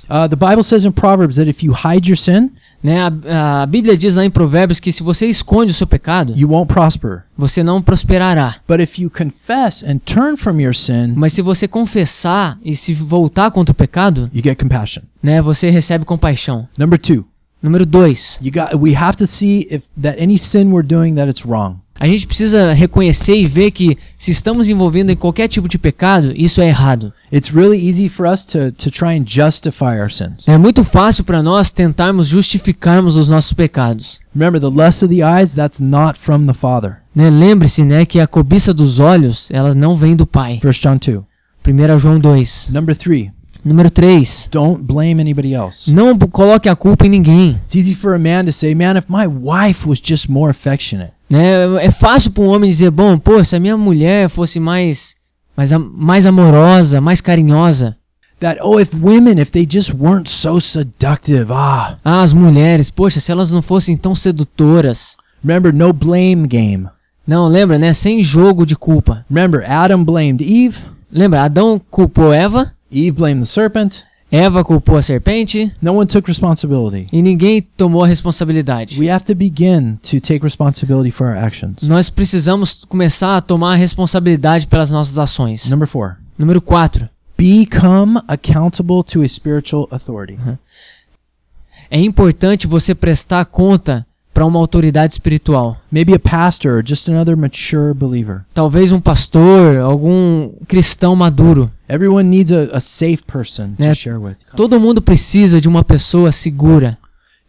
Speaker 1: Uh, the Bible says in Proverbs that if you hide your sin,
Speaker 2: Né? A, a Bíblia diz lá em Provérbios que se você esconde o seu pecado,
Speaker 1: you won't prosper.
Speaker 2: você não prosperará.
Speaker 1: But if you confess and turn from your sin,
Speaker 2: Mas se você confessar e se voltar contra o pecado,
Speaker 1: you get compassion.
Speaker 2: né, você recebe compaixão.
Speaker 1: Number two,
Speaker 2: Número 2.
Speaker 1: you got. We have to see if that any sin we're doing that it's wrong.
Speaker 2: A gente precisa reconhecer e ver que se estamos envolvendo em qualquer tipo de pecado, isso é errado.
Speaker 1: It's really easy for us to to try and justify our sins.
Speaker 2: É muito fácil para nós tentarmos justificarmos os nossos pecados.
Speaker 1: Remember, the lust of the eyes that's not from the Father.
Speaker 2: Né? Lembre-se, né, que a cobiça dos olhos, ela não vem do Pai.
Speaker 1: First John two.
Speaker 2: 1 João 2.
Speaker 1: Number three,
Speaker 2: Número 3.
Speaker 1: don't blame anybody else.
Speaker 2: Não b- coloque a culpa em ninguém.
Speaker 1: It's easy for a man to say, "Man, if my wife was just more affectionate."
Speaker 2: Né? É fácil para um homem dizer, bom, pô, se a minha mulher fosse mais, mais, am- mais amorosa, mais carinhosa.
Speaker 1: That oh, if women, if they just weren't so seductive, ah.
Speaker 2: Ah, as mulheres, poxa, se elas não fossem tão sedutoras.
Speaker 1: Remember, no blame game.
Speaker 2: Não, lembra, né? Sem jogo de culpa.
Speaker 1: Remember, Adam blamed Eve.
Speaker 2: Lembra, Adão culpou Eva,
Speaker 1: Eve blamed the serpent.
Speaker 2: Eva culpou a serpente
Speaker 1: No one took responsibility.
Speaker 2: e ninguém tomou a responsabilidade.
Speaker 1: We have to begin to take responsibility for our actions.
Speaker 2: Nós precisamos começar a tomar a responsabilidade pelas nossas ações.
Speaker 1: Number four,
Speaker 2: Número 4.
Speaker 1: become accountable to a spiritual authority.
Speaker 2: É importante você prestar conta para uma autoridade espiritual.
Speaker 1: Maybe a pastor or just another mature believer.
Speaker 2: Talvez um pastor, algum cristão maduro.
Speaker 1: Everyone needs a, a safe person to
Speaker 2: Yeah.
Speaker 1: share with.
Speaker 2: Todo mundo precisa de uma pessoa segura.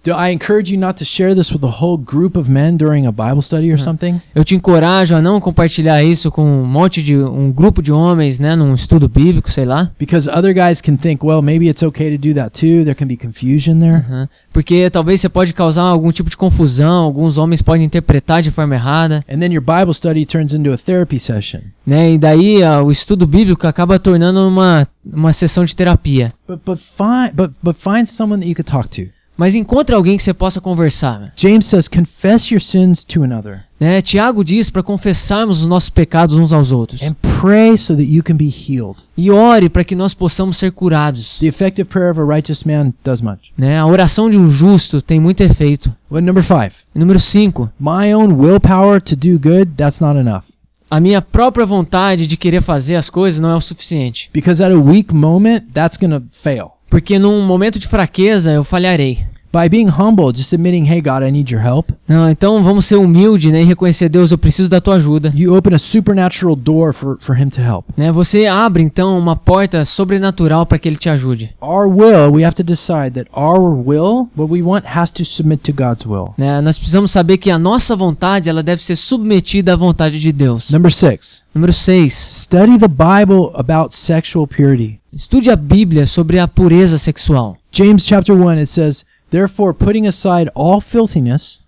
Speaker 1: Do I encourage you not to share this with a whole group of men during a Bible study or something?
Speaker 2: Eu te encorajo a não compartilhar isso com um monte de um grupo de homens, né, num estudo bíblico, sei lá,
Speaker 1: Because other guys can think, well, maybe it's okay to do that too. There can be confusion there.
Speaker 2: né? porque talvez você pode causar algum tipo de confusão, alguns homens podem interpretar de forma errada,
Speaker 1: And then your Bible study turns into a therapy session.
Speaker 2: né? E daí ah, o estudo bíblico acaba tornando uma uma sessão de terapia.
Speaker 1: But but find but but find someone that you could talk to.
Speaker 2: Mas encontre alguém que você possa conversar,
Speaker 1: James says, confess your sins to another
Speaker 2: né? Tiago diz para confessarmos os nossos pecados uns aos outros
Speaker 1: and pray so that you can be healed.
Speaker 2: e ore para que nós possamos ser curados,
Speaker 1: The effective prayer of a righteous man does much.
Speaker 2: né? A oração de um justo tem muito efeito.
Speaker 1: Well, number five,
Speaker 2: E número 5,
Speaker 1: my own willpower to do good, that's not enough.
Speaker 2: A minha própria vontade de querer fazer as coisas não é o suficiente.
Speaker 1: Because at a weak moment, that's going to fail.
Speaker 2: Porque num momento de fraqueza eu falharei.
Speaker 1: By being humble, just admitting, hey, God, I need your help,
Speaker 2: Não, então vamos ser humilde né, e reconhecer, Deus, eu preciso da tua ajuda.
Speaker 1: you open a supernatural door for, for Him to help.
Speaker 2: Né, você abre então uma porta sobrenatural para que ele te ajude.
Speaker 1: Our will, we have to decide that our will, what we want, has to submit to God's will.
Speaker 2: Né, nós precisamos saber que a nossa vontade ela deve ser submetida à vontade de Deus.
Speaker 1: Number six,
Speaker 2: Número 6.
Speaker 1: study the Bible about sexual purity.
Speaker 2: Estude a Bíblia sobre a pureza sexual.
Speaker 1: James chapter 1, it says, Therefore, putting aside all filthiness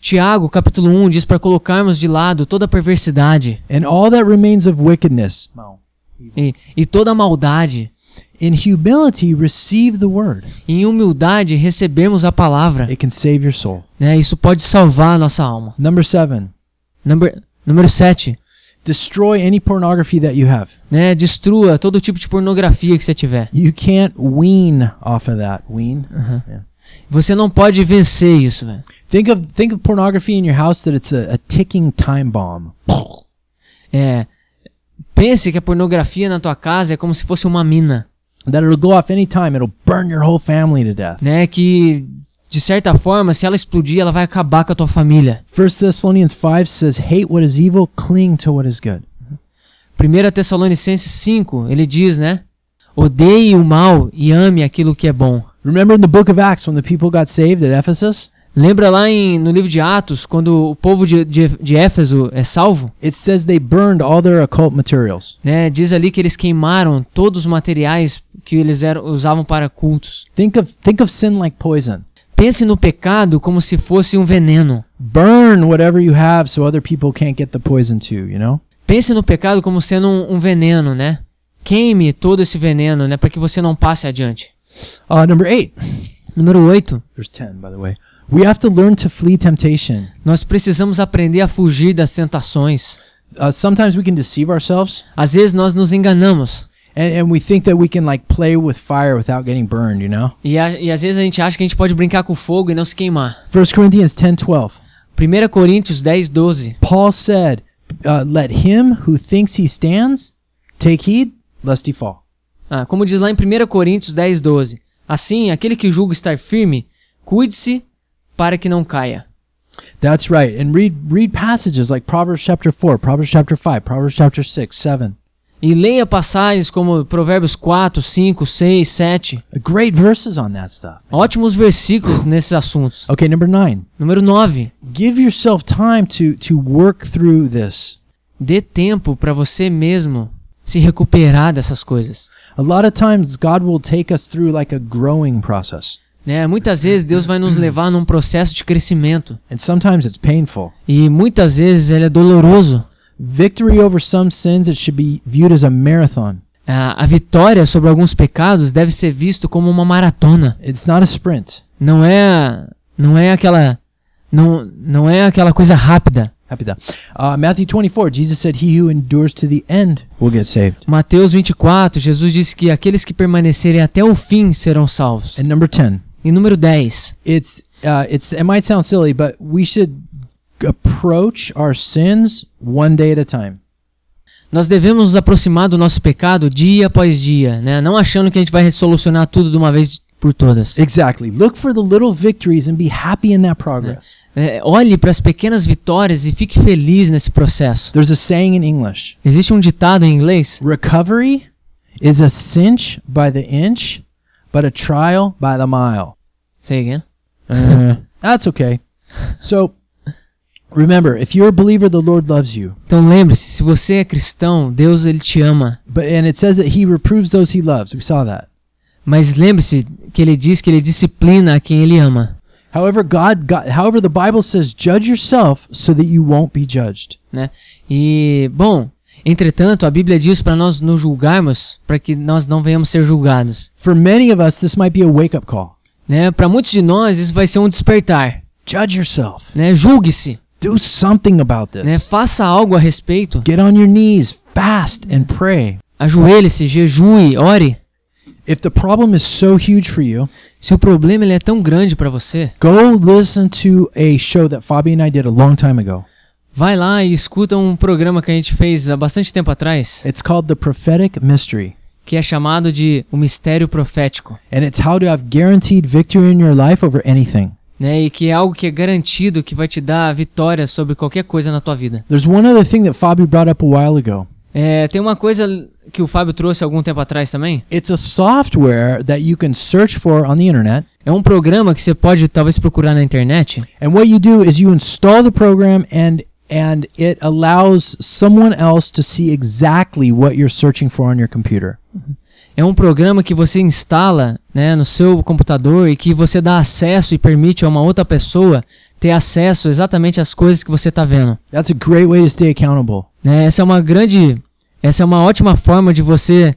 Speaker 2: Tiago, capítulo 1, diz para colocarmos de lado toda a perversidade
Speaker 1: and all that remains of wickedness,
Speaker 2: e, e toda a maldade.
Speaker 1: In humility, receive the word.
Speaker 2: Em humildade recebemos a palavra.
Speaker 1: It can save your soul.
Speaker 2: né? Isso pode salvar a nossa alma.
Speaker 1: Number seven,
Speaker 2: Number- número 7.
Speaker 1: destroy any pornography that you have.
Speaker 2: Né? Destrua todo tipo de pornografia que você tiver.
Speaker 1: You can't wean off of that. Wean. Yeah.
Speaker 2: Você não pode vencer isso, velho.
Speaker 1: Think of think of pornography in your house that it's a, a ticking time bomb.
Speaker 2: É, pense que a pornografia na tua casa é como se fosse uma mina,
Speaker 1: That it'll go off any time. It'll burn your whole family to death.
Speaker 2: né? Que de certa forma, se ela explodir, ela vai acabar com a tua família.
Speaker 1: First Thessalonians five says, "Hate what is evil, cling to what is good."
Speaker 2: 1 Tessalonicenses 5, ele diz, né? Odeie o mal e ame aquilo que é bom.
Speaker 1: Remember in the book of Acts when the people got saved at Ephesus,
Speaker 2: Lembra lá em, no livro de Atos, quando o povo de, de, de Éfeso é salvo?
Speaker 1: it says they burned all their occult materials.
Speaker 2: Né? Diz ali que eles queimaram todos os materiais que eles eram, usavam para cultos.
Speaker 1: Think of think of sin like poison.
Speaker 2: Pense no pecado como se fosse um veneno.
Speaker 1: Burn whatever you have so other people can't get the poison too, you know?
Speaker 2: Pense no pecado como sendo um, um veneno, né? Queime todo esse veneno, né? Para que você não passe adiante.
Speaker 1: Uh, number 8.
Speaker 2: Número 8.
Speaker 1: There's 10 by the way. We have to learn to flee temptation.
Speaker 2: Nós precisamos aprender a fugir das tentações.
Speaker 1: Uh, sometimes we can deceive ourselves
Speaker 2: Às vezes nós nos enganamos.
Speaker 1: and, and we think that we can like play with fire without getting burned, you know?
Speaker 2: E, a- e às vezes a gente acha que a gente pode brincar com fogo e não se queimar.
Speaker 1: 1 Corinthians 10:12.
Speaker 2: 1 Coríntios 10, 12.
Speaker 1: Paul said, uh, "Let him who thinks he stands take heed lest he fall."
Speaker 2: Ah, como diz lá em 1 Coríntios 10, 12. Assim, aquele que julga estar firme, cuide-se para que não caia.
Speaker 1: That's right. And read read passages like Proverbs chapter 4, Proverbs chapter 5, Proverbs chapter 6, 7.
Speaker 2: E leia passagens como Provérbios 4, 5, 6, 7.
Speaker 1: Great verses on that stuff.
Speaker 2: Ótimos versículos nesses assuntos.
Speaker 1: Okay, number 9.
Speaker 2: Número 9.
Speaker 1: Give yourself time to to work through this.
Speaker 2: Dê tempo para você mesmo se recuperar dessas coisas.
Speaker 1: A lot of times God will take us through like a growing process.
Speaker 2: Né? Muitas vezes Deus vai nos levar num processo de crescimento.
Speaker 1: And sometimes it's painful.
Speaker 2: E muitas vezes ele é doloroso.
Speaker 1: Victory over some sins it should be viewed as a marathon.
Speaker 2: A a vitória sobre alguns pecados deve ser visto como uma maratona.
Speaker 1: It's not a sprint.
Speaker 2: Não é, não é aquela, não, não é aquela coisa rápida.
Speaker 1: Happy that. Uh, Matthew 24, Jesus said, He who endures to the end will get saved.
Speaker 2: Mateus 24, Jesus disse que aqueles que permanecerem até o fim serão salvos.
Speaker 1: And number 10,
Speaker 2: E número 10.
Speaker 1: it's, uh, it's, it might sound silly, but we should approach our sins one day at a time.
Speaker 2: Nós devemos nos aproximar do nosso pecado dia após dia, né? Não achando que a gente vai solucionar tudo de uma vez por todas.
Speaker 1: Exactly. Look for the little victories and be happy in that progress.
Speaker 2: É, olhe para as pequenas vitórias e fique feliz nesse processo.
Speaker 1: There's a saying in English
Speaker 2: Existe um ditado em inglês
Speaker 1: recovery is a cinch by the inch, but a trial by the mile.
Speaker 2: Say again.
Speaker 1: Uh, that's okay. So remember, if you're a believer, the Lord loves you.
Speaker 2: Então lembre-se, se você é cristão, Deus ele te ama.
Speaker 1: But and it says that he reproves those he loves. We saw that.
Speaker 2: Mas lembre-se que ele diz que ele disciplina a quem ele ama.
Speaker 1: However, God, God however the Bible says, judge yourself so that you won't be judged.
Speaker 2: Né? E, bom, entretanto, a Bíblia diz para nós nos julgarmos, para que nós não venhamos ser julgados.
Speaker 1: For many of us, this might be a wake-up call.
Speaker 2: Né? Para muitos de nós, isso vai ser um despertar.
Speaker 1: Judge yourself.
Speaker 2: Né? Julgue-se.
Speaker 1: Do something about
Speaker 2: Né?
Speaker 1: this.
Speaker 2: Faça algo a respeito.
Speaker 1: Get on your knees, fast, and pray.
Speaker 2: Ajoelhe-se, jejue, ore.
Speaker 1: If the problem is so huge for you,
Speaker 2: Se o problema ele é tão grande para você,
Speaker 1: go listen to a show that Fabi and I did a long time ago.
Speaker 2: vai lá e escuta um programa que a gente fez há bastante tempo atrás,
Speaker 1: It's called The Prophetic Mystery.
Speaker 2: que é chamado de O Mistério Profético.
Speaker 1: And it's how to have guaranteed victory in your life over anything.
Speaker 2: né? E que é algo que é garantido que vai te dar vitória sobre qualquer coisa na tua vida.
Speaker 1: There's one other thing that Fabi brought up a while ago.
Speaker 2: É, tem uma coisa que o Fábio trouxe algum tempo atrás também.
Speaker 1: It's a software that you can search for on the internet.
Speaker 2: É um programa que você pode talvez procurar na internet.
Speaker 1: And what you do is you install the program and and it allows someone else to see exactly what you're searching for on your computer.
Speaker 2: É um programa que você instala né, no seu computador e que você dá acesso e permite a uma outra pessoa ter acesso exatamente às coisas que você está vendo.
Speaker 1: That's a great way to stay accountable.
Speaker 2: né? Essa é uma grande, essa é uma ótima forma de você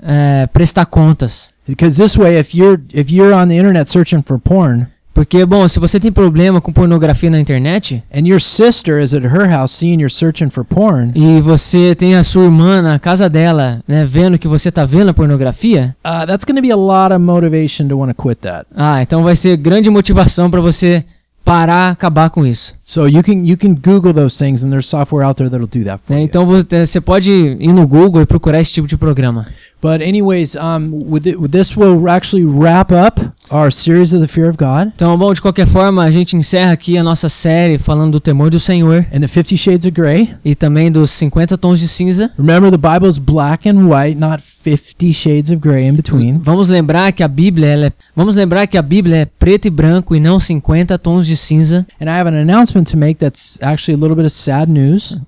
Speaker 2: é, prestar contas.
Speaker 1: Because this way, if you're if you're on the internet searching for porn,
Speaker 2: Porque, bom, se você tem problema com pornografia na internet
Speaker 1: and your sister is at her house seeing you're searching for porn,
Speaker 2: e você tem a sua irmã na casa dela, né, vendo que você tá vendo a pornografia,
Speaker 1: uh, that's going to be a lot of motivation to want to quit that.
Speaker 2: ah, então vai ser grande motivação para você parar, acabar com isso.
Speaker 1: So you can you can Google those things, and there's software out there that'll do that for
Speaker 2: né?
Speaker 1: you.
Speaker 2: Então vo- eh, você pode ir no Google e procurar esse tipo de programa.
Speaker 1: But anyways, um, with it, with this will actually wrap up our series of the fear of God
Speaker 2: Então, bom, de qualquer forma, a gente encerra aqui a nossa série falando do temor do Senhor
Speaker 1: and the Fifty Shades of Grey.
Speaker 2: e também dos 50 tons de cinza.
Speaker 1: Remember, the Bible's black and white, not Fifty Shades of Grey in between.
Speaker 2: Vamos lembrar que a Bíblia, ela é, vamos lembrar que a Bíblia é preto e branco e não 50 tons de cinza.
Speaker 1: And I have an announcement to make that's actually a little bit of sad news.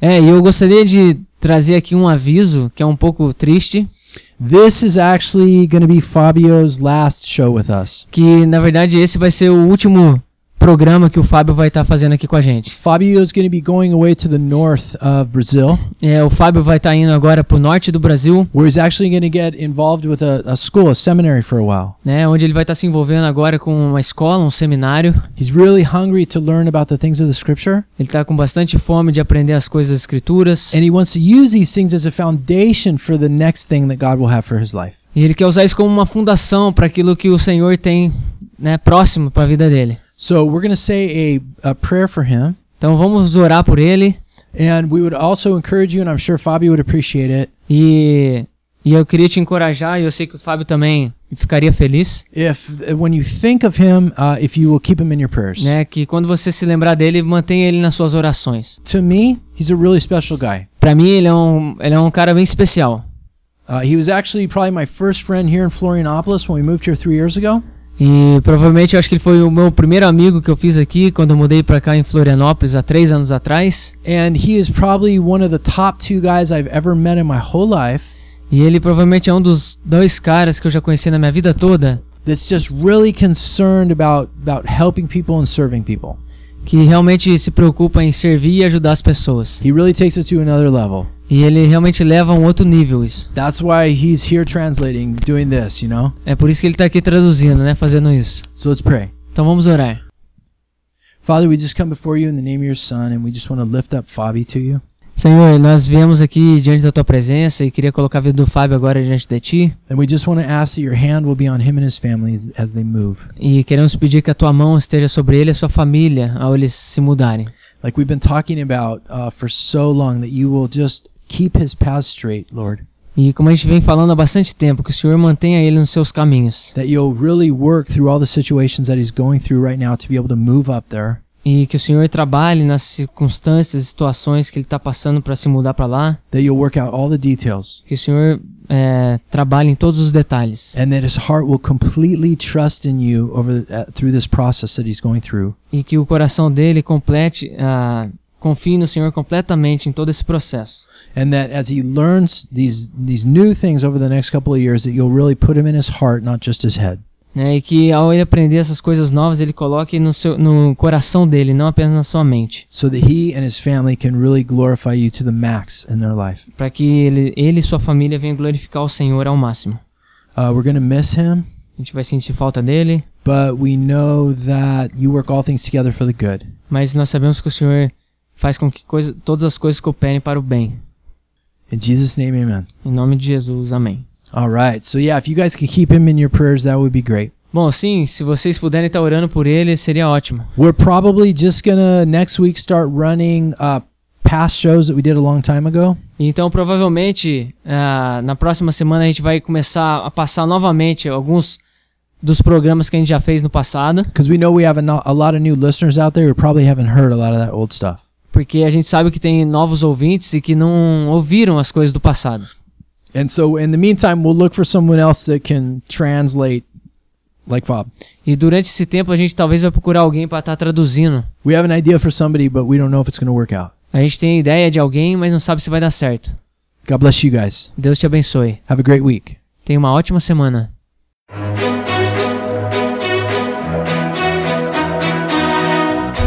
Speaker 2: É, e eu gostaria de trazer aqui um aviso que é um pouco triste,
Speaker 1: This is actually going to be Fabio's last show with us.
Speaker 2: que na verdade esse vai ser o último programa que o Fábio vai estar fazendo aqui com a gente.
Speaker 1: Fabio is going to be going away to the north of Brazil,
Speaker 2: É, o Fábio vai estar indo agora pro norte do Brasil.
Speaker 1: where he's actually going to get involved with a, a school, a seminary for a while.
Speaker 2: né, onde ele vai estar se envolvendo agora com uma escola, um seminário.
Speaker 1: He's really hungry to learn about the things of the scripture,
Speaker 2: Ele está com bastante fome de aprender as coisas das escrituras.
Speaker 1: and he wants to use these things as a foundation for the next thing that God will have for his life.
Speaker 2: E ele quer usar isso como uma fundação para aquilo que o Senhor tem né, próximo para a vida dele.
Speaker 1: So we're going to say a, a prayer for him,
Speaker 2: Então vamos orar por ele.
Speaker 1: and we would also encourage you, and I'm sure Fabio would appreciate it,
Speaker 2: E, e eu queria te encorajar, e eu sei que o Fábio também ficaria feliz,
Speaker 1: if when you think of him, uh, if you will keep him in your prayers.
Speaker 2: né, que quando você se lembrar dele, mantenha ele nas suas orações.
Speaker 1: To me, he's a really special guy.
Speaker 2: Para mim, ele é, um, ele é um cara bem especial.
Speaker 1: Uh, he was actually probably my first friend here in Florianopolis when we moved here three years ago.
Speaker 2: E provavelmente eu acho que ele foi o meu primeiro amigo que eu fiz aqui quando eu mudei pra cá em Florianópolis há três anos atrás.
Speaker 1: And he is probably one of the top two guys I've ever met in my whole life.
Speaker 2: E ele provavelmente é um dos dois caras que eu já conheci na minha vida toda
Speaker 1: that's just really concerned about about helping people and serving people.
Speaker 2: que realmente se preocupa em servir e ajudar as pessoas.
Speaker 1: He really takes it to another level.
Speaker 2: E ele realmente leva a um outro nível isso.
Speaker 1: That's why he's here translating, doing this, you know?
Speaker 2: É por isso que ele tá aqui traduzindo, né, fazendo isso.
Speaker 1: So let's pray.
Speaker 2: Então vamos orar.
Speaker 1: Father, we just come before you in the name of your son and we just want to lift up Fabi to you.
Speaker 2: Senhor, nós viemos aqui diante da tua presença e queria colocar a vida do Fábio agora diante de ti.
Speaker 1: And we just want to ask that your hand will be on him and his family as, as they move.
Speaker 2: E queremos pedir que a tua mão esteja sobre ele e a sua família ao eles se mudarem.
Speaker 1: Like we've been talking about uh, for so long that you will just keep his path straight, Lord.
Speaker 2: E como a gente vem falando há bastante tempo, que o Senhor mantenha ele nos seus caminhos.
Speaker 1: That you'll really work through all the situations that he's going through right now to be able to move up there.
Speaker 2: E que o Senhor trabalhe nas circunstâncias e situações que ele está passando para se mudar para lá.
Speaker 1: That you'll work out all the details.
Speaker 2: Que o Senhor é, trabalhe em todos os detalhes.
Speaker 1: and that his heart will completely trust in you over uh, through this process that he's going through.
Speaker 2: E que o coração dele complete, ah, confie no Senhor completamente em todo esse processo.
Speaker 1: And that as he learns these these new things over the next couple of years, that you'll really put him in his heart, not just his head.
Speaker 2: Né? E que ao ele aprender essas coisas novas, ele coloque no, seu, no coração dele, não apenas na sua mente.
Speaker 1: So that he and his family can really glorify you to the max in their life.
Speaker 2: Para que ele, ele e sua família venham glorificar o Senhor ao máximo.
Speaker 1: Uh, we're going to miss him,
Speaker 2: A gente vai sentir falta dele.
Speaker 1: but we know that you work all things together for the good.
Speaker 2: mas nós sabemos que o Senhor faz com que coisa, todas as coisas cooperem para o bem.
Speaker 1: In Jesus' name, amen.
Speaker 2: Em nome de Jesus, amém.
Speaker 1: All right. So, yeah, if you guys could keep him in your prayers, that would be great.
Speaker 2: Bom, sim, se vocês puderem estar orando por ele, seria ótimo.
Speaker 1: We're probably just going to next week start running uh, past shows that we did a long time ago.
Speaker 2: Então, provavelmente, ah, na próxima semana a gente vai começar a passar novamente alguns dos programas que a gente já fez no passado,
Speaker 1: because we know we have a, no- a lot of new listeners out there who probably haven't heard a lot of that old stuff.
Speaker 2: porque a gente sabe que tem novos ouvintes e que não ouviram as coisas do passado.
Speaker 1: And so, in the meantime, we'll look for someone else that can translate, like Fob.
Speaker 2: E durante esse tempo a gente talvez vai procurar alguém para estar traduzindo.
Speaker 1: We have an idea for somebody, but we don't know if it's going to work out.
Speaker 2: A gente tem ideia de alguém, mas não sabe se vai dar certo.
Speaker 1: God bless you guys.
Speaker 2: Deus te abençoe.
Speaker 1: Have a great week.
Speaker 2: Tenha uma ótima semana.